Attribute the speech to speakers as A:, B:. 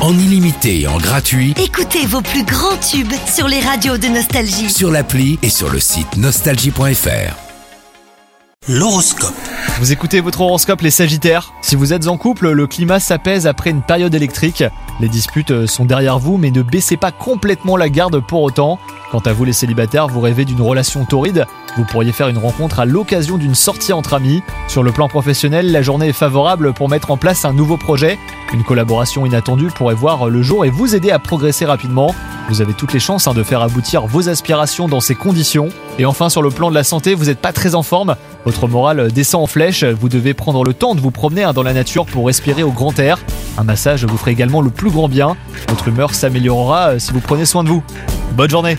A: en illimité et en gratuit
B: Écoutez vos plus grands tubes sur les radios de Nostalgie.
A: sur l'appli et sur le site nostalgie.fr. L'horoscope.
C: Vous écoutez votre horoscope les Sagittaires Si vous êtes en couple, le climat s'apaise après une période électrique. Les disputes euh, sont derrière vous, mais ne baissez pas complètement la garde pour autant. Quant à vous les célibataires, vous rêvez d'une relation torride. Vous pourriez faire une rencontre à l'occasion d'une sortie entre amis. Sur le plan professionnel, la journée est favorable pour mettre en place un nouveau projet. Une collaboration inattendue pourrait voir le jour et vous aider à progresser rapidement. Vous avez toutes les chances hein, de faire aboutir vos aspirations dans ces conditions. Et enfin, sur le plan de la santé, vous n'êtes pas très en forme. Votre morale descend en flèche. Vous devez prendre le temps de vous promener hein, dans la nature pour respirer au grand air. Un massage vous ferait également le plus grand bien. Votre humeur s'améliorera euh, si vous prenez soin de vous. Bonne journée